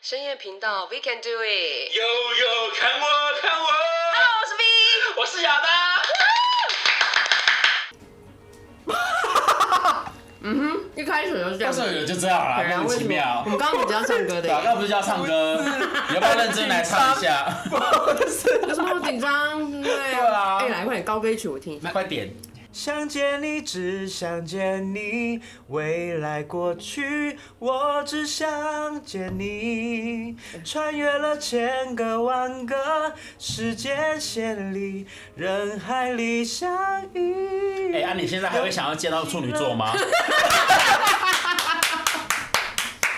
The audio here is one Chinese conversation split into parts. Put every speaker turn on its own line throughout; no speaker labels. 深夜频道，We can do it。
悠悠，看我，看我，
Hello，我是 V。
我是亚当。
一开始就是这
到
样
时。候就这样啦，
对啊
莫名
为
其
什么
妙
我。们刚刚不是要唱歌的
打
耶？
刚不是要唱歌，你要不要认真来唱一下？
有什么好 紧张？对
对啊
哎，来，快点高歌一曲我听一下。
快点！
想见你，只想见你，未来过去，我只想见你。穿越了千个万个时间线里，人海里相遇。
哎，啊，你现在还会想要见到处女座吗？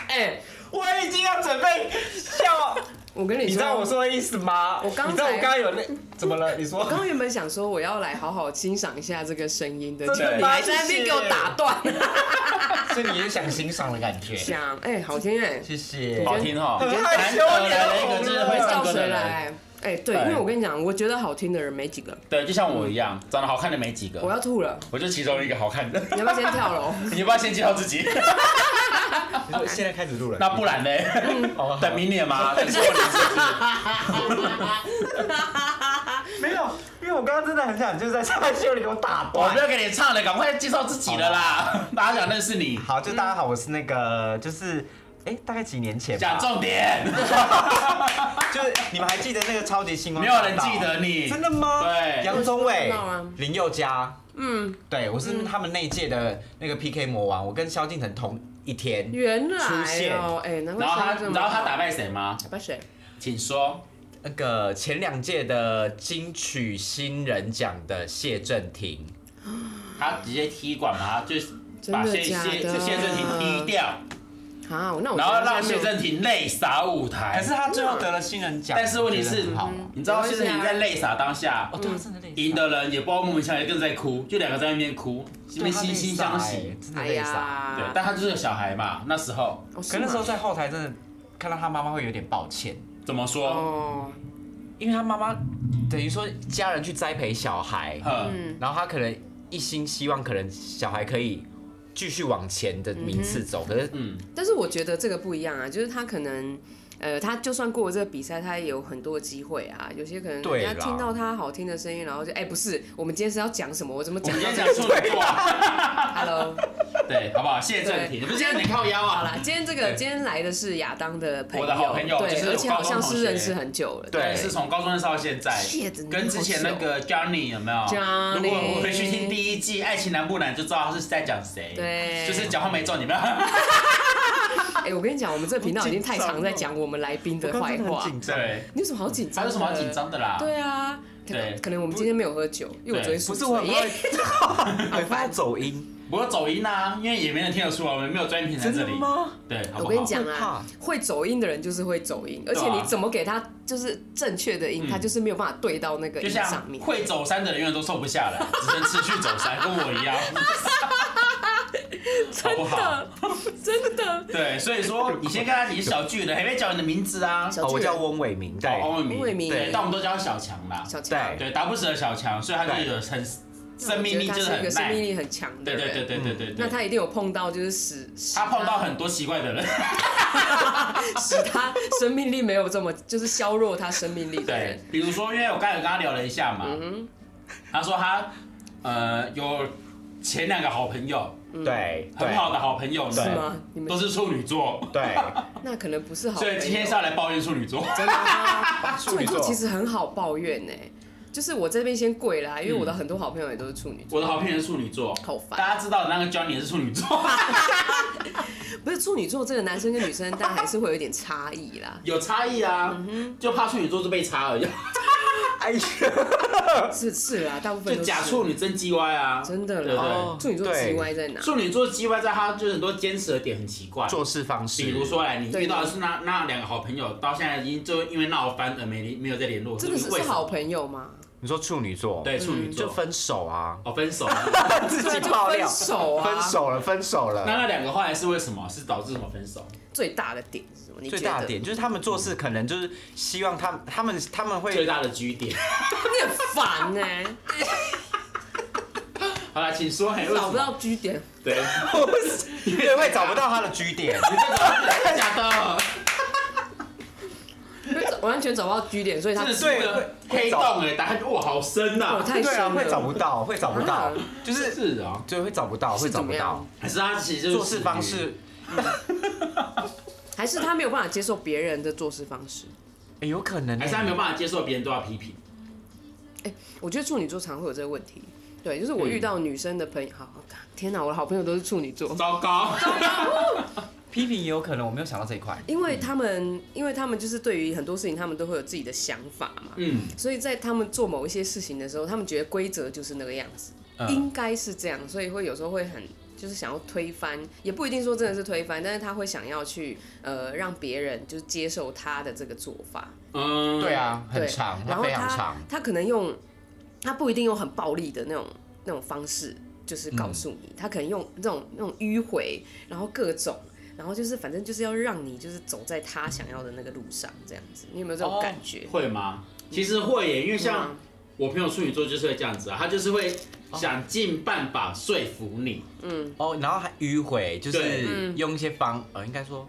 哎，
我已经要准备笑，
我跟你说，
你知道我说的意思吗？
我刚才
你知道我刚刚有 那怎么了？你说
我刚刚原本想说我要来好好欣赏一下这个声音的，
真
结
的
果你
吗
还在那边给我打断。
所以你是想欣赏的感 觉？
想，哎，好听哎，
谢谢
好听哦，
很害
难
羞
得来了一个就是会唱
叫
歌的
谁
人。
来？哎，对，因为我跟你讲，我觉得好听的人没几个，
对，就像我一样，长得好看的没几
我
个，
要吐了，
我就其中一个好看的。
你要不要先跳楼？
你要不要先介绍自己？
你说现在开始录了
那不然呢？ 等明年吗？等过年是不是？
没有，因为我刚刚真的很想就是在沙发秀里给我打
我
断
不。要给你唱了，赶快介绍自己了啦！大家想认识你，
好，就大家好，我是那个，就是，哎、大概几年前
讲，
吧
重点，
就是你们还记得那个超级星光
没
大道？
有人记得你。
真的吗？
对
杨宗纬
我知道啊、
林宥嘉，
嗯，
对我是他们那一届的那个 PK 魔王，我跟萧敬腾同一天。
原
出
来
现
哦，哎，难怪
然后他，
声
你知
音这么
道他
好
打败谁吗？
打败谁？
请说。
那个前两届的金曲新人奖的谢震廷，
他直接踢馆嘛，他就是
真的
把谢
假的
谢谢谢振廷踢掉，
好，那我
然后让
现在没
谢
有
振廷泪洒舞台。
可是，他最后得了新人奖，
但是问题是
嗯我觉得很好，
嗯
你知道谢振廷在泪洒当下，
哦，对他真的累死了，
赢的人也不知道莫名其妙跟在哭，就两个在那边哭，因
对
为
他累
惺惺相
傻欸
惜。
真的
哎
累傻。
呀，
对，但他就是个小孩嘛，那时候
哦
可
是
那时候
吗？
在后台真的看到他妈妈会有点抱歉，
怎么说？
哦，
因为他妈妈等于说家人去栽培小孩，
哼，
嗯，
然后他可能一心希望可能小孩可以继续往前的名次走，可是
嗯，
但是我觉得这个不一样啊，就是他可能。呃，他就算过了这个比赛，他也有很多的机会啊。有些可能
对
人家
啦
听到他好听的声音，然后就哎、不是，我们今天是要讲什么？我怎么
我
讲
们
到
先
这
讲
个
处女座，
？Hello，
对，好不好？谢振廷，
对
不是现在你靠腰啊？
好啦，今天这个今天来的是亚当的朋友，
我的好朋友就是
对，
我
而且
高
好
中
像
同
是
学
认识很久了，
对，是从高中认识到现在
Shit，，
跟之前
哦
那个 Johnny 有没有
Johnny
如果我回去听第一季《爱情难不难》，就知道他是在讲谁，
对
就是讲话没重点，没有
哎、我跟你
哦
讲，我们这个频道已经太常在讲我们来宾的坏话，
对，
你有什么好紧
哦
张？
他有什么好紧？张的啦？
对啊，可
对
能可能我们今天没有喝酒，因为我昨天宿
不是
醉
我很
耶
怕，很怕走音，
不过走音啊，因为也没人听得出来，我们没有专业平台
真
这
的
里，
吗？
对，好不好？
我跟你讲
会怕
啊，会走音的人就是会走音，而且你怎么给他就是正确的音，
啊嗯
他就是没有办法对到那个
就
音上
像
面。
会走山的人永远都瘦不下来，只能持续走山，跟我 一样，好不好？
真的，
对，所以说你先跟他你是小巨人，还没讲你的名字啊，
小
哦，我
巨
叫
人，
翁伟明，对，
哦欧
欧
伟
伟
明，
明
对，但我们都叫他小强啦，
小强，
对
对，打不死的小强，所以他就有很生命力，
我
就
觉得他是一
很
个生
耐。
命力很强的
对对
人。
对对对对
那
对。
他一定有碰到，就是使使
他碰到很多奇怪的人，
使他生命力没有这么，就是削弱他生命力的
对
人。，
比如说，因为我刚才有跟他聊了一下
嗯
嘛，他说他呃有前两个好朋友，
嗯
对
很
对
好的好朋友
是
呢，
吗？你们
都是处女座，
对，
那可能不是好朋
所
友。
以今天是要来抱怨处女座。
真的吗
处
处
女
女
座
座其实很好抱怨呢、就是我这边先跪啦，
嗯
因为我的很多好朋友也都是处女
我
座，
的好朋友是处女座，
好烦
大家知道的那个 Johnny 也是处女 座， ，
不是处女座这个男生跟女生，但还是会有一点差异啦
有差异
嗯
啊，就怕处女座就被插而已，
哎呀，
是是啦，大部分
就
都是
假处女真 G Y 啊，
真的
对不
啦，
对
哦
处女座
对
G Y 在哪？
处女座 G Y 在他就是很多坚持的点很奇怪，
做事方式，
比如说，哎，你
对
遇到的是那那两个好朋友，到现在已经就因为闹翻而没联没有再联络，
真的
是
是
为
是
什么
好朋友吗？
你说处女座，
对处女
嗯就
座
分手 啊，
哦分手，
自
对啊，就分手啊，
分手了，分手
那
了。
那两个后来是为什么？是导致什么分手？
最大的点是什么？你觉
最
得
大的，点就是他们做事可能就是希望他们他们他们
最
会
大的据点。
你很烦欸呢、
好了，请说，哎，为
找
什
不
么？
到据点，
对，
对会找不到他的据点，
真的假的？
完全找不到 G 点，所以他
真的是
对
那个
会
黑
会找
洞哎，打开就哇好深呐
哦，太
对啊，
深了
会找不到，会找不到
啊，
就是
是啊，
对，会找不到，
是
会找
怎么
不到
样。？
还是他其实就是
做事方
嗯
式，
还是他没有办法接受别人的做事方式？
哎，有可能欸，
还是他没有办法接受别人都要批评，
我觉得处女座常会有这个问题。对，就是
嗯
我遇到女生的朋友，好，天哪，我的好朋友都是处女座，
糟糕，
批评也有可能，我没有想到这一块。
因为他们，因为他们就是对于很多事情，他们都会有自己的想法嘛，
嗯，
所以在他们做某一些事情的时候，他们觉得规则就是那个样子，
嗯
应该是这样，所以会有时候会很就是想要推翻，也不一定说真的是推翻，但是他会想要去呃让别人就是接受他的这个做法，
嗯，
对，啊，很
对
长，
然
它
后
非常
他
长。
他可能用，他不一定用很暴力的那种那种方式，就是告诉
嗯
你，他可能用这种那种迂回，然后各种，然后就是反正就是要让你就是走在他想要的那个路上，这样子，你有没有这种
哦
感觉？
会吗？其实会耶，因为像
嗯
我朋友处女座就是会这样子啊，他就是会想尽办法说服你，
嗯
哦，然后还迂回，就
对
是用一些方，呃，应该说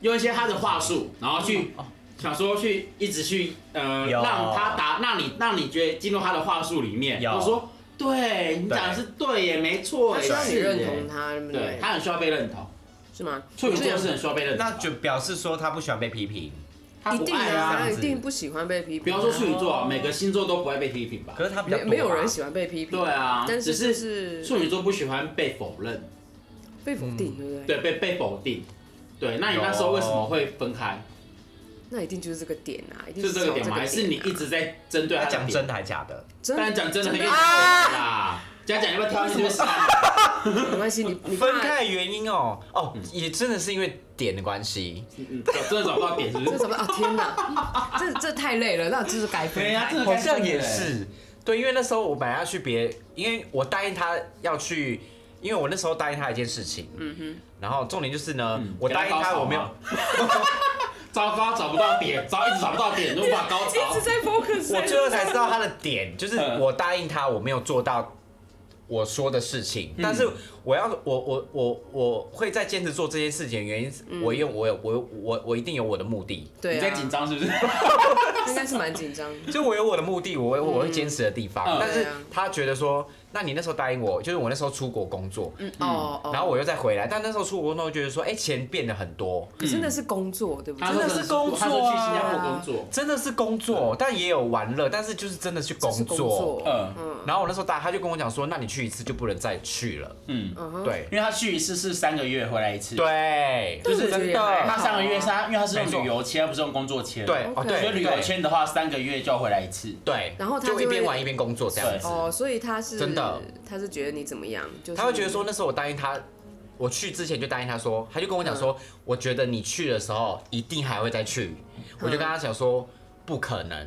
用一些他的话术，然后
哦
去想说去一直去呃，
有
让他答，让你让你觉得进入他的话术里面，
有
我说对你讲的是对耶，没错
他
耶，
需要你
是耶
认同，他，对不
对
对？
他很需要被认同，
是吗？
处女座
我之
是
前
很需要被认同的，
那就表示说他不喜欢被批评。
他
一
不
定
爱
啊，
啊
这，
他一
样子
定不喜欢被批评啊。
不要说处女座，每个星座都不爱被批评吧。
可是他比较
没
多啊
没有人喜欢被批评，
对啊，
但是
只
就是是
处女座不喜欢被否认，
被否定，对不对？
对，被被否定。对，那你那时候为什么会分开？
那一定就是这个点啊，一定
是这个
找
点吗？
啊
还是你一直在针对
他
他的
讲
点
真？的还假的？
真
但讲真的啊很有点
没
啦。讲讲要不要挑一些删？
关系，你你
分
怕
开的原因哦，
哦，也真的是因为点的关系。
嗯找真的找不到点是不
这
是？
怎么啊？天哪，这这太累了，那就是该分
对啊呀，
开。
真的
好
该分
像
了
也。是，对，因为那时候我本来要去别，因为我答应他要去，因为我那时候答应他一件事情，嗯哼，然后重点就是呢，
嗯
我答应他我没有，
糟糕，找不到点，找一直找不到点，无法高潮
一。直在 focus，
我最后才知道他的点，就是
嗯
我答应他我没有做到我说的事情，但是我要我我我我会在坚持做这些事情的原因是，我因为我有我有我我一定有我的目的，
对
你在紧
啊，
张是不是？
应该是蛮紧张。
就我有我的目的，我会我会坚持的地方，
嗯
但
对
是
啊
他觉得说，那你那时候答应我，就是我那时候出国工作，
嗯哦哦，
然后我又再回来，但那时候出国工作，觉得说，哎、钱变得很多，
可是那是工作，对
嗯
不
他
对？
说
真的是工作啊
他说去新加坡工作。
真的是工作，但也有玩乐，但是就是真的去工
这嗯是
作。
工作，
嗯
然后我那时候大，他就跟我讲说，那你去一次就不能再去了。
嗯，
嗯哼，
对
因为他去一次是三个月，回来一次。，
对，
但
就
我
是
觉得
真
也还
他
好
的，
上个月是他，因为他是
没
用
错
旅游签，而不是用工作签。
对哦
OK
对，
所以旅游签的话，三个月就要回来一次。
对，
然后他
就
就
一边
会
玩一边工作这样子。
哦，所以他是
真的，
他是觉得你怎么样？就是
他会觉得说，那时候我答应他，我去之前就答应他说，他就跟我讲
嗯
说，我觉得你去的时候一定还会再去，我就跟他讲说，不可能，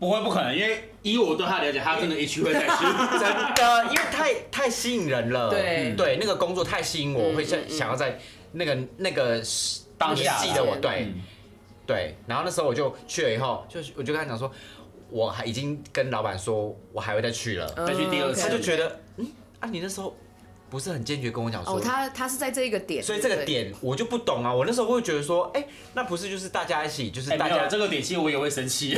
不会，不可能，因为以我对他了解，他真的一去会再去。
真的，因为太太吸引人了，
对
嗯对，那个工作太吸引我，我会
嗯
想想要在那个那个
当
年
下
纪
啦
的我，
嗯
对
嗯
对，然后那时候我就去了以后，就我就跟他讲说，我还已经跟老板说我还会再去了，
嗯
再去第二次
OK
他就觉得，嗯啊，你那时候不是很坚决跟我讲
哦，
说。
他他是在这一个点，
所以这个
对不对
点我就不懂啊，我那时候会觉得说，哎、那不是就是大家一起，就是
哎
大
没
家
有这个点，其实我也会生 气。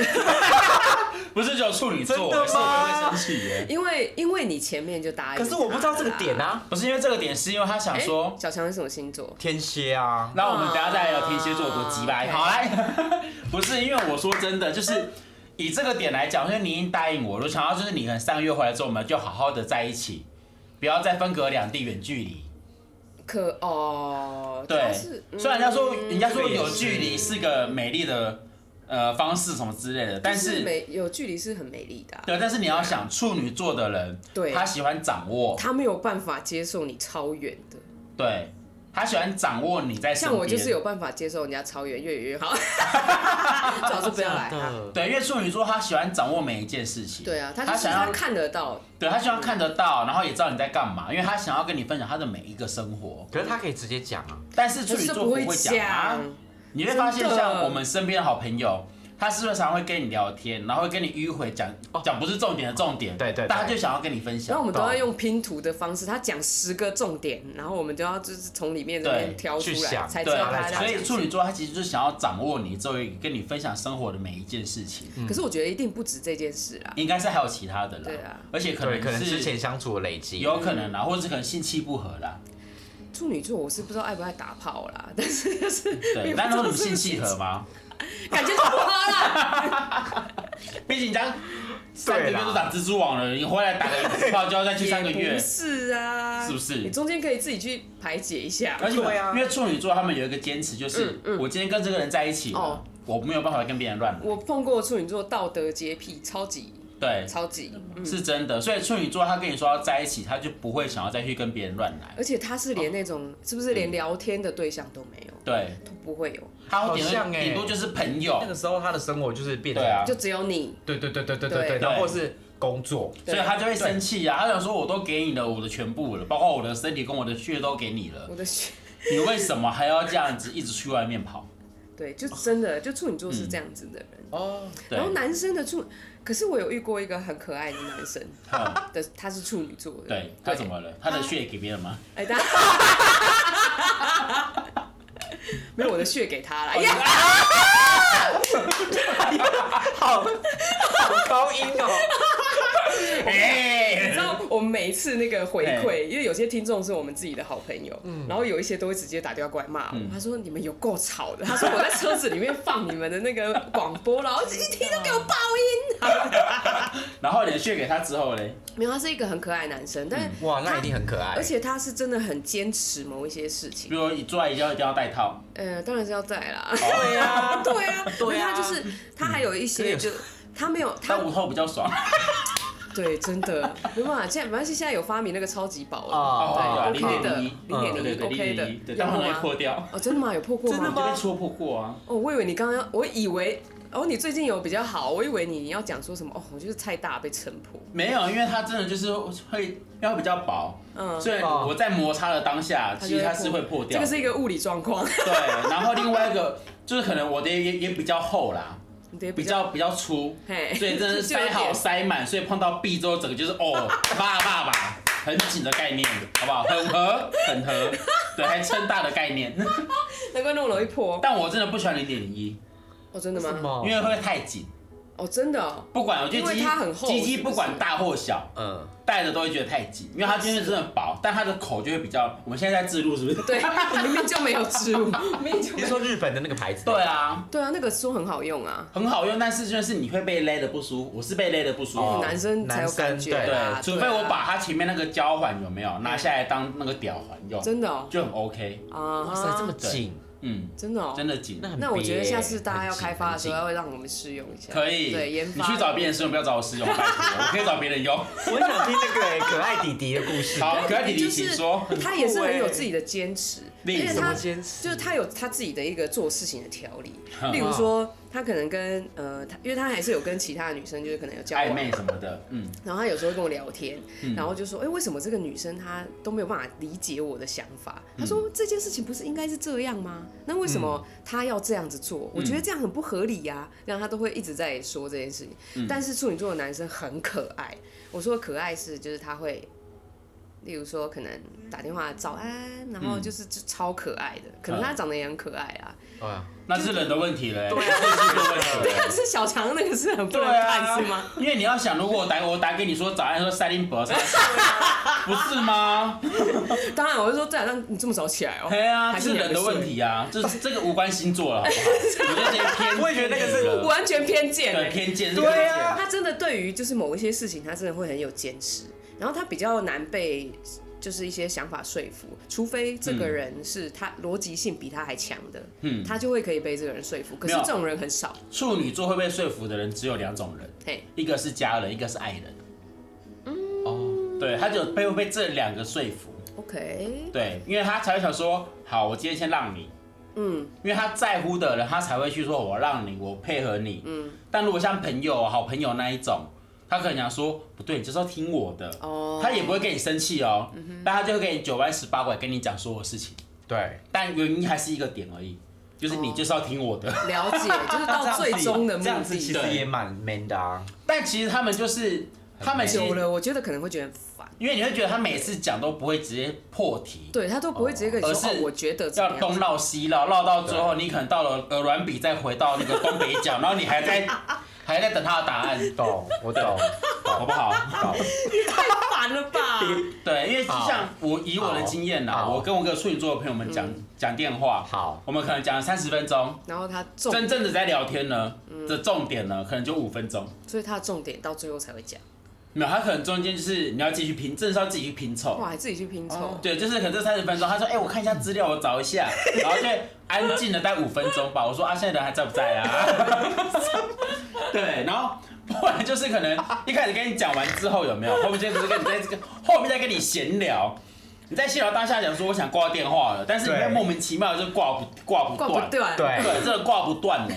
不是只有处女座，
真的吗
是我也会生气耶。
因为因为你前面就答应，
可是我不知道这个点。啊，
不是因为这个点，是因为他想
哎
说，
小强是什么星座？
天蝎 啊，
哎
那我们等一下再来聊天蝎座有多鸡巴。
啊
好来， 不是因为我说真的，就是以这个点来讲，因为你已经答应我，我想要就是你可能上个月回来之后，我们就好好的在一起，不要再分隔两地、远距离。
可哦，
对
他是，嗯
虽然人家说人家说
这个也
有
是
距离是个美丽的呃方式什么之类的，但
就是
是
美有距离是很美丽的啊，
对，但是你要想处女座的人，
对
他喜欢掌握，
他没有办法接受你超远的。
对，他喜欢掌握你在身
像
边。
我就是有办法接受人家超远，越远越好，最好是不要来啊。
对，因为处女座他喜欢掌握每一件事情，
对啊，他
他
就是
想
他
要，
看得到，
对他希望看得到，然后也知道你在干嘛，因为他想要跟你分享他的每一个生活。
可是他可以直接讲啊，
但是处
可
女
是
座
不
不
会
会讲啊，
讲。
你会发现
真的
像我们身边的好朋友，他是不是常会跟你聊天，然后会跟你迂回讲讲不是重点的重点，
对对对
但他就想要跟你分
然
享
哦后我。们都要用拼图的方式，他讲十个重点，然后我们都要就是从里面这边
对
挑出
去
来，
想
才知
对
道他在，
所
讲
以
什
处
么。
女座他其实就是想要掌握你作为跟你分享生活的每一件事情，
可是我觉得一定不止这件事啊啦，
应该是还有其他的啦。
嗯对啊
而且可
对，
能
可能
是
之前相处的累积，
有可能啦，或者是可能性气不合 啦。
处女座我是不知道爱不爱打炮啦，但是就是
对，那如果你们性气合吗？
感觉就不合啦。
毕竟你这样三个月都打蜘蛛网了，你回来打个一次炮就要再去三个
也
月
不。是啊，
是不是
你中间可以自己去排解一下。
而且
对啊嗯
因为处女座他们有一个坚持，就是我今天跟这个人在一起
哦
了，我没有办法跟别人乱来。
我碰过处女座道德洁癖，超级
对，
超级，嗯
是真的。所以处女座他跟你说要在一起，他就不会想要再去跟别人乱来。
而且他是连那种是不是连聊天的对象都没有，
对，
都不会有，
他会
好像
顶多
欸
顶多就是朋友
那，个时候他的生活就是变成
对啊
就只有你。
对对对对对对
对
对，然后或是工作，
对
所以他就会生气啊。他想说我都给你了，我的全部了，包括我的身体跟我的血都给你了
我，的血
你为什么还要这样子一直去外面跑？
对，就真的就处女座是这样子的人。
哦，
对
然，后男生的处，可是我有遇过一个很可爱的男生
嗯
的，他是处女座的。
对他怎么了？他的血给别人吗？
哎，大家 没有我的血给他
哦
了。呀
好好高音哦，
你
哎
知，道我们每一次那个回馈，因为有些听众是我们自己的好朋友，
嗯
然后有一些都会直接打电话过来骂我，他说你们有够吵的，他说我在车子里面放你们的那个广播，然后一听都给我爆音。
然后你的血给他之后嘞，
没有，他是一个很可爱的男生，但
嗯
是
哇，那一定很可爱
而，且他是真的很坚持某一些事情
比。如你做爱一定要一定要戴套，
呃，当然是要在啦。
对
呀，对呀，
对啊
他就是他还有一些
嗯
就他没有他
但无套比较爽。
对真的没办法，现在反正现在有发明那个超级薄
哦
的， 对
对啊
，OK 的，零点
0.01
零一
对对
OK
对
的，
对，
有
但很容易破
吗？
掉，
哦，真的吗？有破过吗？
真的
就
吗
被戳破过啊。
哦，我以为你刚刚，我以为哦，你最近有比较好，我以为你要讲说什么哦，我就是菜大被撑破，
没有，啊因为它真的就是会，因为它比较薄，
嗯哦
所以我在摩擦的当下，其实它是会破掉
这
的。
个是一个物理状况，
对，然后另外一个就是可能我的也也比较厚啦，
你得
比较比较粗，
嘿
所以真的是
就有
塞好
点
塞满，所以碰到壁之后整个就是哦，爸爸爸，很紧的概念，好不好？很合，很合，对，还撑大的概念。
难怪那么容易破，
但我真的不喜欢零点零一，
哦，真的
什
吗？
么？
因为会太紧。
哦，真的哦，
不管我觉
因
得
为
鸡
它很厚
鸡
是
鸡
不是
不管大或小，
嗯，
戴着都会觉得太紧，因为它今天真的薄，但它的口就会比较。我们现在在制录是不是？
对，明明就没有植入，明明就
你
没
是
有。
说日本的那个牌 子？
对，啊，
对啊，那个书很好用啊，
很好用，但是就是你会被勒的不舒服，我是被勒的不舒服。
哦
男生才有感觉
男生
啦
对，除非
啊嗯
我把它前面那个胶环有没有拿下来当那个吊环用，
真的哦
就很 OK。
啊，
哇塞，这么紧，
嗯，
真的哦，
真的紧
那，很
那我觉得
憋
下次大家要开发的时候，
很
要让我们试用一下，
可以。
对研
你
发，
去找别人使用，不要找我使用，拜托我可以找别人用。
紧我想听那个欸可爱弟弟的故 事。
好，可爱弟弟，
就
请
是
说。欸
他也是很有自己的坚持，
例如
而且他
什么坚持
就是他有他自己的一个做事情的条理，例如说他可能跟呃，他因为他还是有跟其他的女生就是可能有交
暧
往，
昧什么的，嗯，
然后他有时候会跟我聊天，然后就说，哎、为什么这个女生她都没有办法理解我的想法？他说这件事情不是应该是这样吗？那为什么
嗯
她要这样子做？我觉得这样很不合理呀、然后他都会一直在说这件事情。
嗯
但是处女座的男生很可爱，我说的可爱是就是他会。例如说，可能打电话早安，然
嗯
后就是就超可爱的，可能他长得也很可爱啊，
哇，
那是人的问题嘞，
对啊
这是一个问题
对
了
啊， 是小强那个是很不
对
能看
啊，
是吗？？
因为你要想，如果我打我打给你说早安说三林伯，三林伯 不是吗？
当然，我就说这两让你这么早起来哦，
对啊，
还
这
是
是
你还
人
没
的问
睡
题啊，这这个无关星座了，好不好？我觉得这些偏，
我也觉得那个是
偏见了
完全偏见、
对偏见，
对
这个
啊
偏见
他真的对于就是某一些事情，他真的会很有坚持，然后他比较难被就是一些想法说服，除非这个人是他逻辑性比他还强的，嗯，他就会可以被这个人说服。可是
没有
这种人很少，
处女座会被说服的人只有两种人，
嘿，
一个是家人，一个是爱人。哦，对，他就被被这两个说服，
，OK，
对，因为他才会想说，好，我今天先让你，
嗯，
因为他在乎的人，他才会去说我让你，我配合你。嗯，但如果像朋友、好朋友那一种，他可能想说不对，你就是要听我的。
哦嗯
他也不会跟你生气哦，但他就会给你九弯十八拐跟你讲所有事情，
对，
但原因还是一个点而已。
哦
就是你就是要听我的。
了解，就是到最终的目
这样子其
的。
实
对
也蛮 man 的啊。
但其实他们就是他们其
久
实，
了，我觉得可能会觉得很烦。
因为你会觉得他每次讲都不会直接破题，
对他都不会直接跟你
而
说，哦
是，
我觉得怎么
要东
样。
绕西绕，绕到最后你可能到了鹅銮鼻，再回到那个东北角，然后你还在还在等他的答案，
懂，我懂，
好 不好？
太烦了吧？
对，因为就像我以我的经验啦，
好
我跟我一个处女座的朋友们讲讲电话，
好
我们可能讲了三十分钟，
然后他重，
真正的在聊天呢的重点呢，可能就五分钟。
所以他的重点到最后才会讲，
没
没
有，他可能中间就是你要继续拼，真的是要自己去拼凑
哇，。还自己去拼凑
哦。
对，就是可能这三十分钟，他说：“哎、我看一下资料，我找一下。”然后就安静的待五分钟吧。我说：“啊，现在人还在不在啊？” 对，然后不然就是可能一开始跟你讲完之后有没有，后面就是跟你在这个后面再跟你闲聊。你在闲聊当下讲说我想挂电话了，但是你
对
会莫名其妙就挂不挂不
挂
断，
不断，
对
对，真的挂不断呢、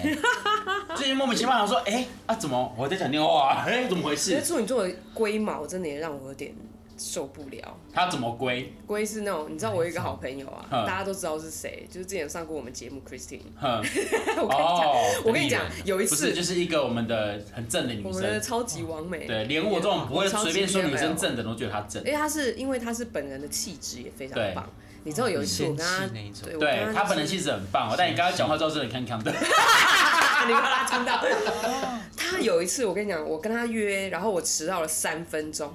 最近莫名其妙想说，哎、啊怎么我在讲电话、啊？哎、怎么回
其
事
实？处女座的龟毛真的也让我有点受不了。
他怎么归？
龟是那种，你知道我有一个好朋友啊，
嗯
大家都知道是谁，就是之前有上过我们节目 Christine。
哼，
我跟你讲，
哦，
我跟你讲
很，
有一
不是
次
就是一个我们的很正的
我
女
们的
生，哦
超级完美，
对，连我这种不会随便说女生
正，
正的，都觉得她正
因。为她是因为她是本人的气质也非常
对
棒。你知道有一次我跟她
哦仙气那一种
对，我跟
对
她
她本人气质很棒哦，但你刚刚讲话之后真的康康的，
你把他听到。他有一次，我跟你讲，我跟他约，然后我迟到了三分钟。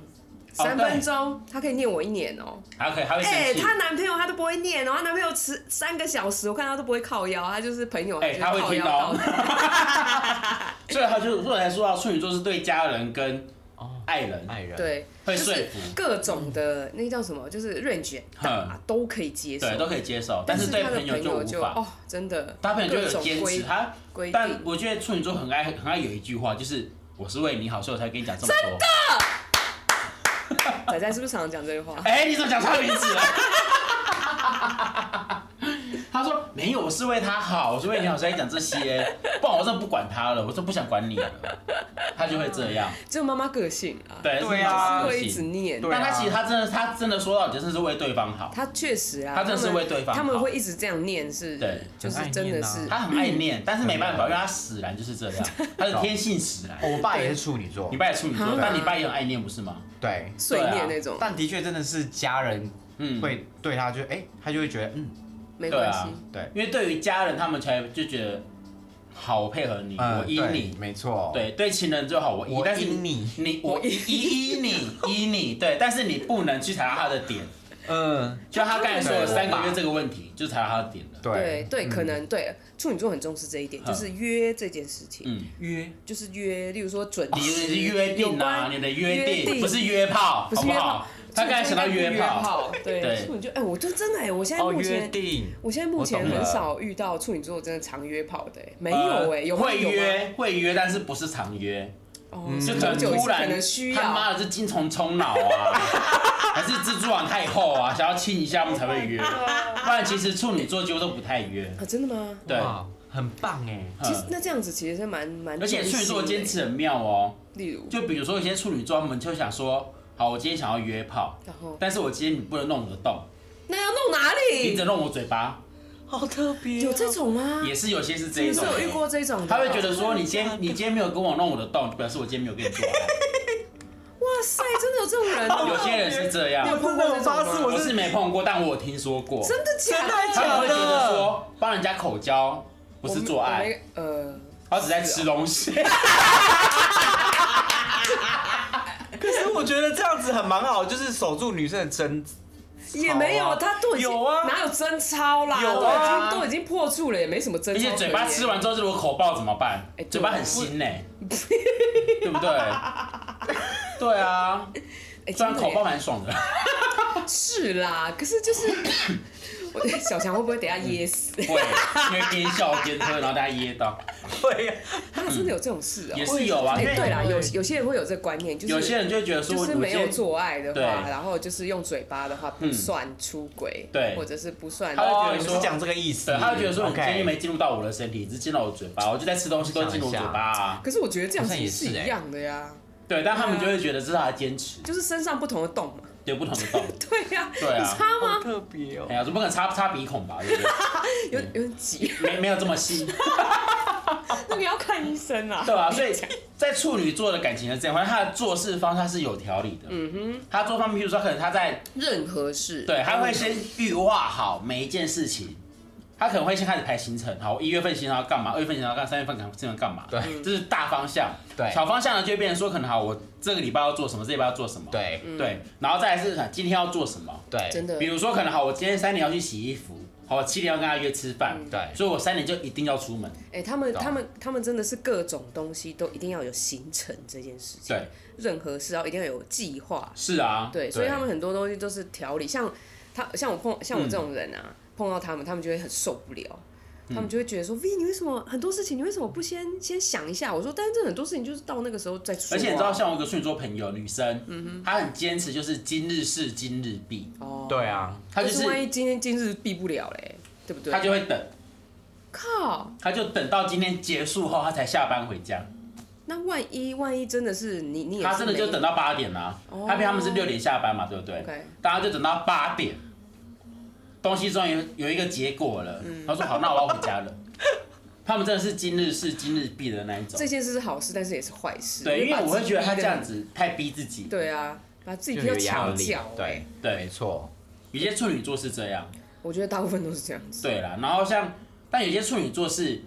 三分钟，他可以念我一年哦、
还可以，还会
哎、
生气，
她男朋友他都不会念哦、她男朋友迟三个小时，我看他都不会靠腰，他就是朋友，
哎
就
他会
靠
听
腰
到
到底。
所以她就所以才说啊，处女座是对家人跟爱人
爱人，
对，
会
就是
说服，
各种的那叫什么，就是 range 很大
哼
都可以接
嗯
受，
对，都可以接受，但
但
是对
他的
朋友就无
就
法。
哦，真的，
他朋友就
各
有
种
坚持
规
他，
规
但
定，
我觉得处女座很爱很爱有一句话，就是我是为你好，所以我才跟你讲这么 多。
仔仔是不是常常讲这句话？
哎、你怎么讲他名字了？ 他说没有，我是为他好，我是为你好，所以讲这些，不然我真的不管他了，我真的不想管你了。他就会这样，
只有妈妈个性啊，
对
对啊
是这
会一直
种个性
念，
对啊
但他其实他真的他真的说到底，真的是为对方好，
他确实啊，
他真的是
们
为对方
他们
好
会一直这样念是，
对
就是
很爱
真的
念啊
是，
他很爱念，但是没办法，因为他使然就是这 样，他的天性使然。
我爸也是处女座
你，爸也处女座
啊，
但你爸也很爱念，不是吗？
对，
碎
对啊
念那种，
但的确真的是家人
嗯，
会对他就哎、他就会觉得嗯，
没
对
关
啊
系，
对，
因为对于家人，他们才就觉得好，我配合你，
嗯
我依
对
你。
没错，，
对对，情人最好我依
我，
但是
依你
你我依依依你依你，对，但是你不能去踩到他的点，
嗯，
就他刚才说的
对
三个月这个问题，就踩到他的点了。
对
对
嗯
对，可能对处女座很重视这一点，就是约这件事情，
嗯，
约
就是约，例如说准
你
时，
们哦是约定啊，
有关
你的约
约定
定不是约炮，
不
好
是
不
约
好
炮？，
他刚才想到
处女座应该不
约
约
炮，
炮，对，
对
处女座，哎，我就真的哎，我现在
哦
目
约
前。
定，
我现在目前
我懂了
很少遇到处女座真的常约炮的、哎没
呃
有
欸
哎、有吗
会
有吗
约会约，但是不是常约，
哦，
就可
久
能
久一
突
次可
然
能需
他
要，
妈的是精虫冲脑 啊，还是蜘蛛网太厚啊，想要亲一下我们才会约，不然其实处女座几乎都不太约。
啊，真的吗？
对，
哇，很棒哎，
嗯
其实那这样子其实是蛮蛮，
而且处女座的坚，持很妙哦，
例如，
就比如说有些处女座他们就想说，好，我今天想要约炮，
然后
但是我今天你不能弄我的洞，
那要弄哪
你
里
只？能弄我嘴巴，
啊
好特别啊
有这种吗？
也是有些是这
你
一
们
种
是。有遇过这种的？
他会觉得说，你今 天你今天没有跟我弄我的洞，就表示我今天没有跟你做爱。
哇塞，真的有这种人哦、
有些人是这
你
样
有，碰过这种吗？
我是没碰过，但我有听说过。
真的假的？
真的假的
他们会觉得说，帮人家口交不是做
我
爱，
没，我没呃，
他只在吃东西。
可是我觉得这样子很蛮好，就是守住女生的真，
也没有，他都已经
有啊
哪有贞操啦？
有啊
都已经都已经破处了，也没什么 贞
而
操可言。
且嘴巴吃完之后，如果口爆怎么办
哎对啊？
嘴巴很腥呢、对不对？ 对啊，
哎，
虽然
真的
口
耶
爆蛮爽的，
是啦，可是就是 我小强会不会等一下噎死？
会因为边笑边喝，然后大家噎到，
对呀，
他啊真的有这种事哦、
也是有啊。
哎、
因为
对啦，有有些人会有这个观念，就是
有些人就会觉得说，
就
我
是
今
没有
天
做爱的
对
话，然后就是用嘴巴的话不
嗯
算出轨，
对
或者是不算。
他会觉
哦，
得
你
说
是讲这个意思
对，，他会觉得说，你今
OK
天没进入到我的身体，只进到我嘴巴，我就在吃东西都进入我嘴巴啊。
可是我觉得这样
好像
子
也
是
是
一
欸
样的呀，
对，但他们就会觉得这是他的坚持。
就是身上不同的洞嘛。
有不同的洞。
对呀、
对啊
你擦吗？
特别哦
哎。呀，总不可能擦擦鼻孔吧？对不对？
有有点挤，
没没有这么细，
那个要看医生啊。
对吧、所以在处女座的感情的这一块，他的做事方式他是有条理的。嗯哼，他做方面，比如说可能他在
任何事，
对，他会
嗯
先预化好每一件事情，他可能会先开始排行程，好，我一月份行程要干嘛，二月份行程要干嘛，三月份可能行程要干嘛，
对
这是大方向。
对
小方向呢就会变成说，可能好，我这个礼拜要做什么，这个礼拜要做什么，
对
对，然后再来是今天要做什么，
对，
真的
比如说可能好，我今天三点要去洗衣服，好，我七点要跟他约吃饭，
嗯
对
所以我三点就一定要出门，
哎、他们
懂
他们他们真的是各种东西都一定要有行程这件事情，
对，
任何事要一定要有计划，
是啊，
对，所以他们很多东西都是条理，像他像我碰像我这种
嗯
人啊，碰到他们，他们就会很受不了。他们就会觉得说，V，你为什么很多事情你为什么不先先想一下？我说，但是这很多事情就是到那个时候再说啊、嗯
而且你知道，像我一个处女座朋友，女生，她很坚持，就是今日事今日毕，
哦，
对啊，
她就
但是万
是
一今天今日避不了嘞，对不对？
她就会等，
靠，
她就等到今天结束后，她才下班回家。
那万一万一真的是你你也是
她真的就
没
等到八点啦、
哦
她比他们是六点下班嘛，对不对
OK
大家就等到八点，东西终于有一个结果了。
嗯
她说好，那我要回家了。他们真的是今日事今日毕的那一种
这。件事是好事，但是也是坏事。
对，因为我会觉得她这样
子，
子太逼自己。
对啊，把自己
就
逼到
有压
墙
力
角。，
对，没
对，
错，
有些处女座是这样。
我觉得大部分都是这样子。
对啦，然后像，但有些处女座是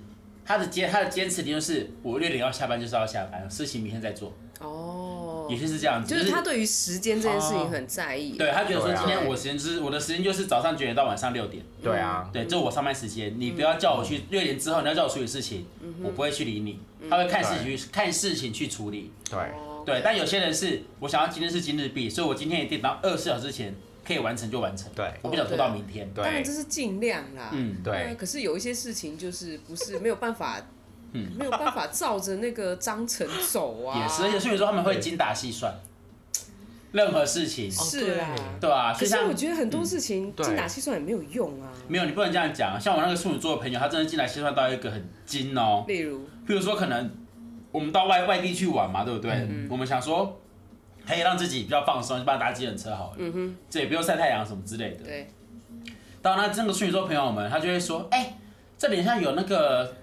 他的坚他的坚持点就是，我六点要下班就是要下班，事情明天再做，
哦
有，些是这哦样子，
就是他对于时间这件事情很在意。
对他觉得说
对啊
今天我时间就是我的时间就是早上九点到晚上六点，
对啊，
对，这是我上班时间，你不要叫我
嗯
去六点之后你要叫我处理事情，我不会去理你，他会看事情去看事情去处理，
对，
哦，
对，但有些人是我想要今天是今日毕，所以我今天一定到二十四小时之前可以完成就完成，
对
我不想拖到明天，
当然
对
这，是尽量啦。
嗯，
啊
对，
可是有一些事情就是不是没有办法，
嗯
没有办法照着那个章程走啊。
也是，而且所以说他们会精打细算，任何事情，
是啦。
哦对啊，
可
就是像嗯
我觉得很多事情
对
精打细算也没有用啊。
没有，你不能这样讲。像我那个处女座的朋友，他真的进来计算到一个很精哦。
例如，
譬如说，可能我们到外外地去玩嘛，对不对？
嗯
我们想说可以让自己比较放松，就帮他搭机人车好了，
嗯哼，
这也不用晒太阳什么之类的。
对，
到那这个处女座朋友们，他就会说：“哎、这里像有那个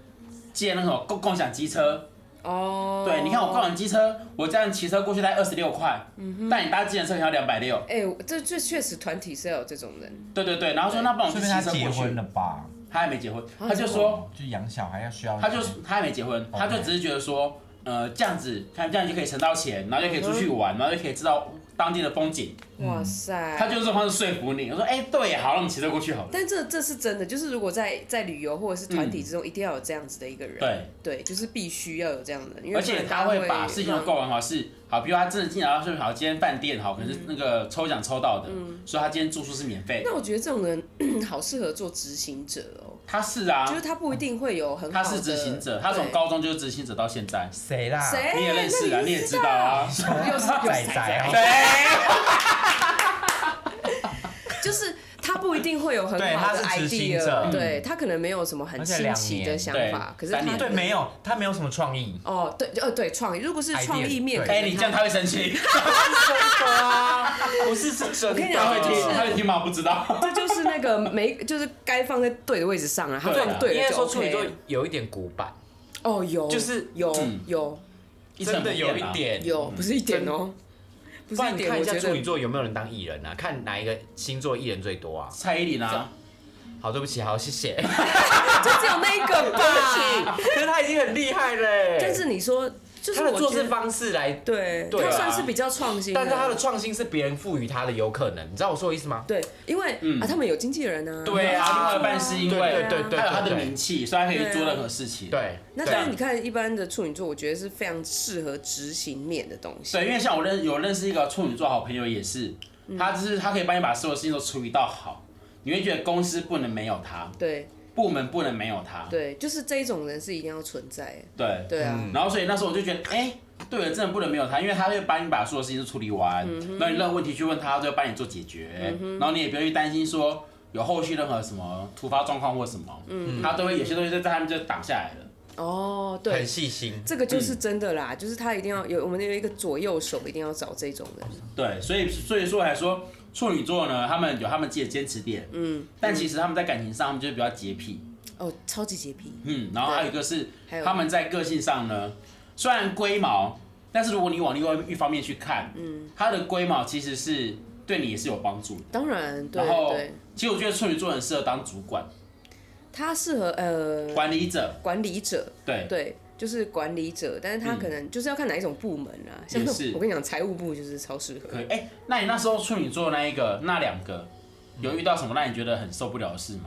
借那种共共享机车，
哦，
对，你看我共享机车，我这样骑车过去才二十六块，
嗯
但你搭机人车可能要两百六。
哎、我这这确实团体是要有这种人，
对对对，然后说那帮我们去骑车过去，
吧？
他还没结婚，
哦
他就说。”
就养小孩要需要，
他就他还没结婚，
OK
他就只是觉得说，呃，这样子看这样就可以存到钱，然后就可以出去玩，然后就可以知道当地的风景。
哇塞！
他就是这方式说服你，我说，哎、对呀，好，那我们骑车过去好了。
但这这是真的，就是如果在在旅游或者是团体之中，一定要有这样子的一个人，
嗯对，
对，就是必须要有这样的人，因为
而
不
且
然
他
会
会把事情都
让
够完好，是好，比如他真的进来说好，今天饭店好，可能是那个抽奖抽到的，所以他今天住宿是免费。
嗯那我觉得这种人 好适合做执行者哦，
他是啊
就，是他不一定会有很好
他
的，
是执行者，他从
对
高中就是执行者到现在，
谁啦？
谁、
你也认识
那
啊，
你
你也
知
知道啊。
又是又
仔
是
仔
仔
哦
对，
就是他不一定会有很
对
好
他
的
是执行
idea，
嗯
者
对他可能没有什么很
而且
新
两
奇的
年
想
对
法，可是
三
他
年
对，没有，他没有什么 创意。
哦，对，呃，对，创意，如果是
Idea，
创意面，
对
可
哎、
能
你这样他会生气，
啊，不是是真的。
我跟你
他
讲
会
就
听
是，
他会听吗？不知道。
这就是那个没，就是该放在对的位置上啊，他
对啊
放对
应
了
该
就
说处女
OK
座
了。
有一点古板，
哦，有，
就是
有
嗯
有
一成
真
不
的
变啊
有一点。
有，不是一点哦，不
不
是
然
一
你
点，
看
我
一下
觉
处女
得
座有没有人当艺人啊？看哪一个星座艺人最多啊？
蔡依林啊，
好，对不起，好，谢谢。
就只有那一个 吧。
可是他已经很厉害嘞。
但是你说，就是
他的
我
做
觉
事
得，
方式来，
对，
对
他
啊
算是比较创新，
但是他的。创新是别人赋予他的，有可能，你知道我说的意思吗？
对，因为
嗯
啊，他们有经纪人啊。
对啊
然后另外一半是因为
对对对对
还有他的
对
名气，所以他可以去做任何事情。
对，
那
对
但是你看，一般的处女座，我觉得是非常适合执行面的东西。
对，因为像我认有认识一个处女座好朋友也是，他就是他可以帮你把所有事情都处理到好，你会觉得公司不能没有他，
对
部门不能没有他。
对，就是这一种人是一定要存在的。
对
对
嗯
啊，
然后所以那时候我就觉得，哎、对了，真的不能没有他，因为他会帮你把所有事情都处理完，那、你任何问题去问他，他就会帮你做解决，然后你也不用去担心说有后续任何什么突发状况或什么，他都会有些东西就在他们就挡下来了。
哦，对
很，细心。嗯
这个就是真的啦，就是他一定要有我们有一个左右手，一定要找这种人。
对，所以所以说来说，处女座呢，他们有他们自己的坚持点，嗯，但其实他们在感情上，他们就是比较洁癖，
哦，超级洁癖，
嗯，然后还有一个是
还有
他们在个性上呢，虽然龟毛，但是如果你往另外一方面去看，嗯，他的龟毛其实是对你也是有帮助的。
当然，对
然后
对，，
其实我觉得处女座很适合当主管、
他适合呃
管理者，
管理者，
对，
对，就是管理者，但是他可能就是要看哪一种部门啊，像那
也
种
是
我跟你讲，财务部就是超适合。
可以。哎、那你那时候处女座那一个那两个，有遇到什么让你觉得很受不了的事吗？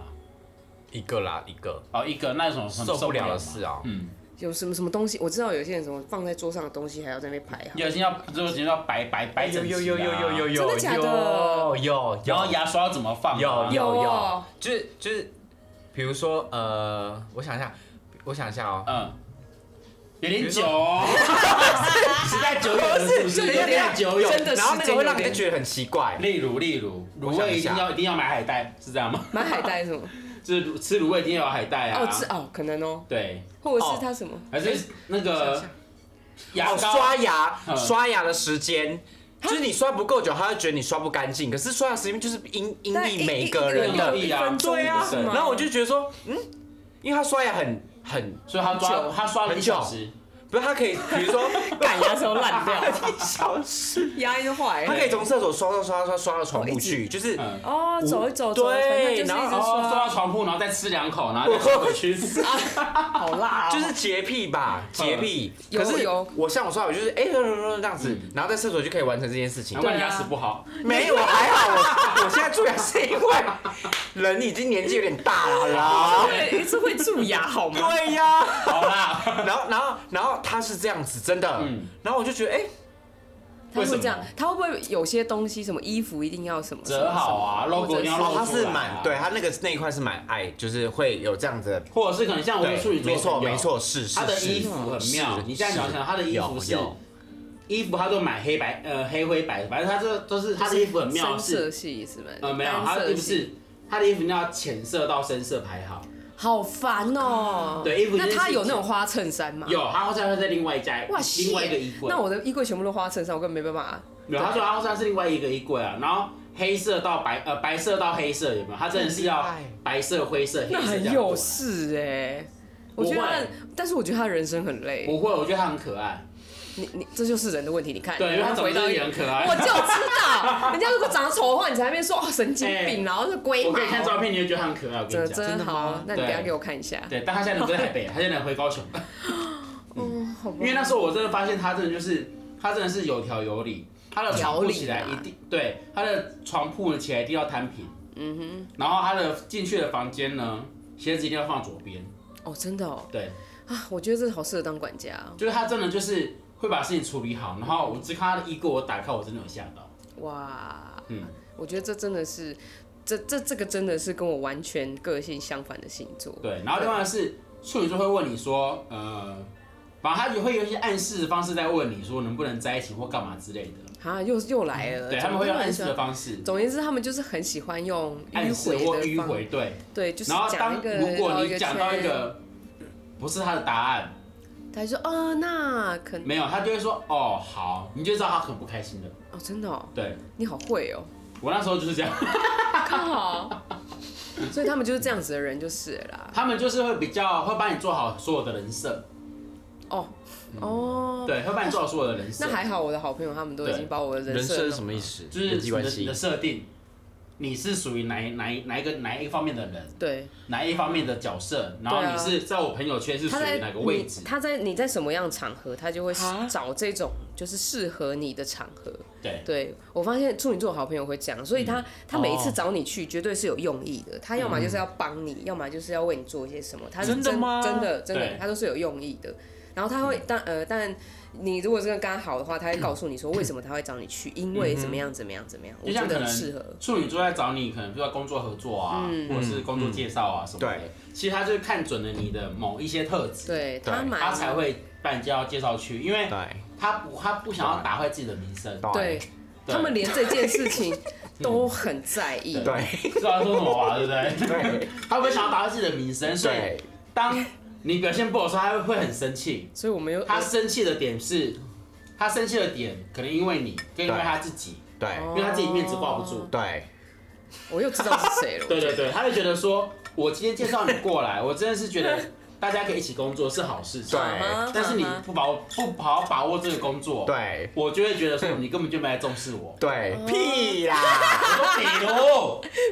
一个啦，一个
哦，一个那种很
受不了
的
的
吗
事，啊，
嗯，
有什么什么东西，我知道有些人什么放在桌上的东西还要在那边排好，
有些要就是要摆摆摆整齐、啊，
哎有有有有有有
真的
有
假的
有有，
然后牙刷要怎么放、啊？
有
有
有
哦
有，就是就是，比如说呃，我想一下，我想一下哦，
嗯，有点久、哦， 时代久远了，是不是？
就有
呃
有
点
点久远。
真的
然后那
时间
个
有
会让
点
人觉得很奇怪，
例如，例如，
我
卤
想
味
一
一
下
定要一定要买海带，是这样吗？
买海带什么，
就是吃卤味一定要有海带啊。哎
哦，这哦，可能哦，
对，
或者是他什么，
还是那
想
个
想
牙
哦
膏
刷牙
嗯
刷牙的时间。就是你刷不够久，他会觉得你刷不干净。可是刷牙时间就是因因
但一
应每个人
一
的
一一一
一分钟
对啊
不是吗
然后我就觉得说，嗯，因为他刷牙很很，
所以他抓
久
他刷了一小时，
不是他可以，比 如说
赶牙齿都烂掉，
一小时，
牙龈都坏
他
了
可。以从厕所刷到刷刷刷到床
哦一
铺
直
去，就 是
嗯，
哦，走一走，走一走，
对
反正就是一直
然后
然后哦
刷
刷到床铺，然后再吃两口，然后再
哦
刷回去。
好辣、哦，
就是洁癖吧，洁癖。
有
可是
有
我像我刷，我就是哎，这样子，然后在厕所就可以完成这件事情
难。怪你牙齿不好，
啊
没有，我还好，我我现在蛀牙是因为人已经年纪有点大了啦。
对，是会蛀牙好吗？
对呀，
好啦，
然后然后然后他是这样子，真的
嗯，
然后我就觉得哎，
他会
为什么
这样，他会不会有些东西，什么衣服一定要什么
折好啊
什么
，logo 一定要
哦，
露
他
出
是
来啊
蛮，对他那个那一块是蛮爱，就是会有这样子的。
或者是可能像我有
对
处女，座
没错
朋友
没错，是是
他的
是
衣服很妙
是，
你现在想想，他的衣服是
有有
衣服，他都买黑白呃黑灰白，反正他这都是他的衣服很妙
深色
是
系是吧？
呃没有，
单
他
色
不
系
是他的衣服要浅色到深色排好，
好烦哦、
对衣服
那
真
他
是
有那种花衬衫吗？。
有他好像会在另外一家
哇
另外一个衣柜，
那我的衣柜全部都花衬衫，我根本没办法。
有他说他好像是另外一个衣柜啊，然后黑色到白呃白色到黑色有没有？他真的是
很
要
厉害
白色灰色黑色
那
这
很
样过
有
来
事哎、我
不
觉得他
会
的，但是我觉得他的人生很累。
不会，我觉得他很可爱，
你你这就是人的问题，你看。
对，因为他
你
长
哎回到
得
一
也很可爱。
我就知道，人家如果长得丑的话，你才在那边说哦神 经
哎
病，然后是龟
我
毛
给。你看照片，你会觉得他很可爱。我跟
真
你
的
讲，
真好，那你等一下
对
给我看一下。
对，但他现在人不在台北，他现在人回高雄。
嗯，好吧。
因为那时候我真的发现他真的就是，他真的是有条有理，他的床铺起来一定对，他的床铺起来一定要摊平，嗯哼，然后他的进去的房间呢，鞋子一定要放左边，
哦，真的哦
对，
啊，我觉得这好适合当管家哦。
就是他真的就是会把事情处理好，然后我只看他的衣柜，我打开我真的有吓到，
哇，
嗯
我觉得这真的是，这这这个真的是跟我完全个性相反的星座。
对，然后另外是处女座会问你说，呃，反正他就会有一些暗示的方式在问你说能不能在一起或干嘛之类的，
啊，又又来了，
对，他们会用
很
暗
喜
示
欢
的。方式，
总而言之，他们就是很喜欢用
暗
迂
示或
回的
迂
方，
回，对。
对，就是
然后
讲
当
一个，
如果你讲到
绕
一
圈，
个不是他的答案，
他就说哦，那可能
没有，他就会说哦好，你就知道他很不开心了。
哦，真的哦，
对
你好会 哦，
我那时候就是这样，
刚好，所以他们就是这样子的人就是了啦。
他们就是会比较会帮你做好所有的人设，
哦哦，
嗯对，会帮你做好所有的人设
那，还好，我的好朋友他们都已
对
经把我的
人
设
设
弄
是什么意思？
就是
人际关
你
系
的设定，你是属于哪一哪一哪一个哪一个方面的人，
对，
哪一方面的角色，然后
对啊
你是在我朋友圈是属
他
于
在
哪个位置
你？他在你在什么样的场合，他就会
啊
找这种就是适合你的场合。
对，嗯
对我发现处女座好朋友会这样，所以他、他每一次找你去，绝对是有用意
哦
的。他要么就是要帮
嗯
你，要么就是要为你做一些什么。他是
真的吗
真的真的
对，嗯
他都是有用意的。然后他会，但呃，但你如果真的刚好的话，他会告诉你说为什么他会找你去，因为怎么样怎么样怎么样，我
就
觉
像
得
可
很适合
能。处女座在找你，可能比如说工作合作啊，或者是工作介绍啊什么的
对。
其实他就是看准了你的某一些特质，
对
对
他买
他才会把你介绍介绍去，因为
对
他不他不想要打坏自己的名声。
对，他们连这件事 情
嗯
都很在意。
对
知道他说什么吧，对不对？
对
他不想要打坏自己的名声，所以
对
当你表现不好的时候，他会很生气。
所以我们又
他生气的点是，他生气的点可能因为你，跟因为
对
他自己，
对
因为他自己面子挂不住。
对
我又知道是谁 了。
对对对，他会觉得说，我今天介绍你过来，我真的是觉得大家可以一起工作是好事情。
啊嗯
对
但是你不把握不好好把握这个工作，，
对。
我就会觉得说你根本就没来重视我
对，
哦
屁啦！
比如，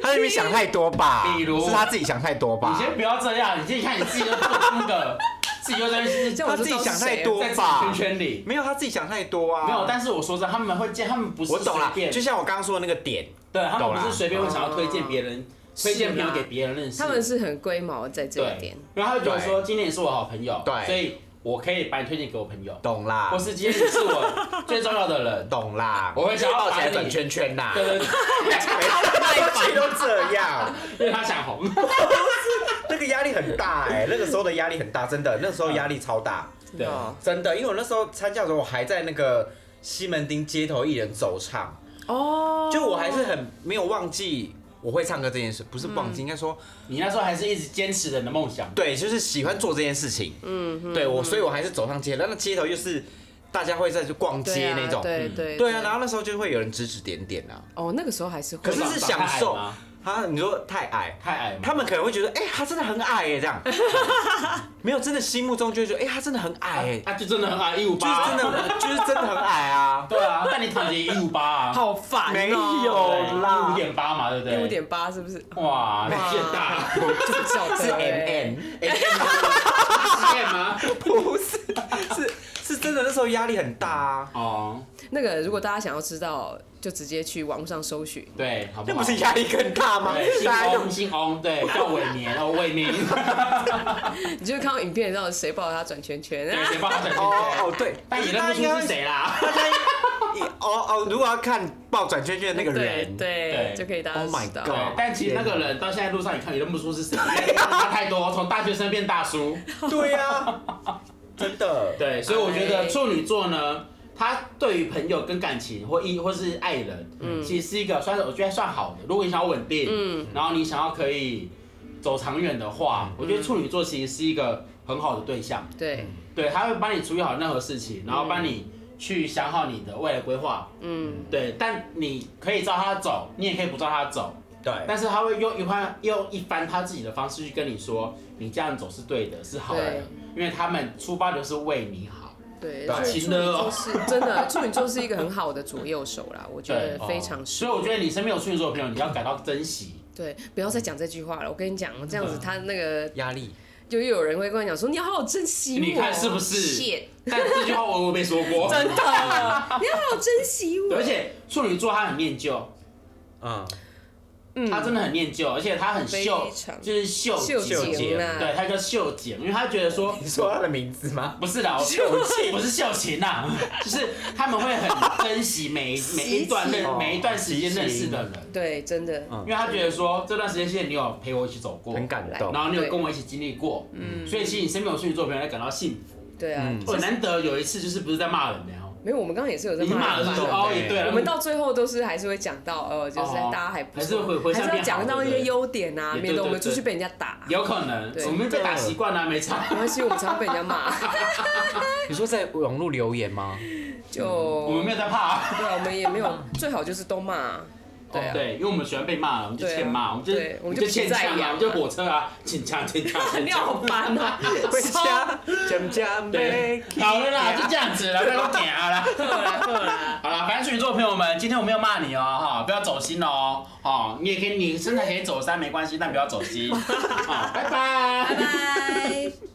他那边想太多 吧？
比如
是他自己想太多吧
你？先不要这样，你先看你自己都做那个， 自己又在那边
这
在
样我
他
就知
自己
道是
想
谁
太
了。
多
啊自己
吧
圈？圈里。
没有，他自己想太多啊。
没有，但是我说真的，他们会见，他们不是
我懂了，
随便
就像我刚刚说的那个点，
对他
懂
们
啦
不是随便会想要推荐别人，推荐朋友给别人认识。
他们哦是很龟毛在这一
对
点，，
然后他就觉得说今天你是我好朋友，
对啊
所以我可以把你推荐给我朋友，
懂啦
或，是今天你是我最重要的 人。
懂啦。
我会想要
抱起
把
来
你
转圈圈啦。
对 对对，
每次都这样，
因为他想红。
那个压力很大哎、那个时候的压力很大，真的，那时候压力超大，
真的哦
真的，因为我那时候参加的时候，我还在那个西门町街头艺人走唱，
哦，
就我还是很没有忘记我会唱歌这件事，不是
嗯
忘记，应该说
你那时候还是一直坚持着你的梦想，
对，就是喜欢做这件事情，嗯，对我，所以我还是走上街，那那街头就是大家会在去逛
对
街
啊
那种，
对对
对啊，然后那时候就会有人指指点点啊，
哦，那个时候还是会
可是是享受
太矮吗
啊，你说太矮，
太矮吗？
他们可能会觉得，哎、他真的很矮耶，这样，没有，真的心目中就会觉得，哎、他真的很 矮耶，
啊
他啊就真的很矮，一五
就是
八，
真的，就是真的很矮啊，
对啊，但你躺着也一五八啊，
好 烦哦，
没有
一五
啦，
点八嘛，对不对？
一五点八是不是？
哇，你
哇
变大，
我 就不晓得
是 M
欸
M，
是 吗？
不是，是是真的，那时候压力很大啊，
哦，
那个如果大家想要知道，就直接去网上搜寻。
对，好不
那
好？
不是压力更大吗
对，？姓
大家就
翁，姓翁，对，叫伟年哦，伟 明，
你就会看到影片，知道谁抱着他转圈圈。
对，先帮他转圈
哦
圈，
哦对，
但也
大
认
家
不
应
出
该
是
会，
谁啦。
大家应也哦哦，如果要看抱转圈圈的那个
对
人，
对
对，就可以大家
Oh my
知道。
对
God
但其实那个人到现在路上，你看你认不出是 谁，因为差太多，从大学生变大叔。
对啊呀，真的，
对，所以我觉得处女座呢，他对于朋友跟感情或一或是爱人，
嗯
其实是一个算是我觉得算好的。如果你想要稳定，然后你想要可以走长远的话，
嗯
我觉得处女座其实是一个很好的对象。
对，
对，他会帮你处理好任何事情，然后帮你去想好你的未来规划。
嗯，
对，但你可以照他走，你也可以不照他走，
嗯
对，
但是他会用一番用一番他自己的方式去跟你说，你这样走是对的，是好的
对，
因为他们出发就是为你好。
对，
对
所以
亲
处
的
女座
哦
是真的，处女座是一个很好的左右手啦，我觉得非常适
所以我觉得你身边有处女座的朋友，你要感到珍惜。
对，不要再讲这句话了。我跟你讲，这样子他那个
压力，
就又有人会跟我讲说，你要好好珍惜我，
你看是不是
Shit，
但这句话我我没说过，
真的，你要好好珍惜我。
而且处女座他很念旧，
嗯，
他真的很念旧，而且他很秀
非，常
就是秀
秀
姐
景啊，
对，他叫秀姐，因为他觉得 说
你说他的名字吗？
不是啦，我不是秀琴呐、 就是他们会很珍惜每 每一段
习
认
气
每一段时间认识的人，
对，真的，
因为他觉得说这段时间现在你有陪我一起走过，
很感动
然，后你有跟我一起经历过，嗯，所以其实你身边有处女座的朋友，感到幸福。
对啊，
嗯
我难得有一次就是不是在骂人的哦，
没有，我们刚刚也是有在
你骂
骂
的
人
是
嘛
对
哦，也对了，
我们到最后都是还是会讲到，呃，就是大家还不
还
错
是会回
还
向
是要
变好
讲到
对
一些
不对
优点啊，
也对
免得我们
对
出
对
去被人家打。
有可能
对
我们被打习惯了，没差。
没关系，我们常常被人家骂，
你说在网络留言吗？
就
我们没有在怕，
对啊，我们也没有，最好就是都骂，对啊，
哦对，因为我们喜欢被骂了，我们就欠骂，我们就
对
我
我
们
们就
就欠呛
皮在
啊，
痒
我们就火车啊，欠呛欠 呛欠
你好
呛。
烦啊，
回 家，讲 讲
对
呗。，
好了
啊
啦，就这样子了，不 要点啊啦。好了，反正处女座的朋友们，今天我没有骂你哦，哈，不要走心哦，哦， 你也可以，你身材可以走山没关系，但不要走心。好，拜拜。
拜。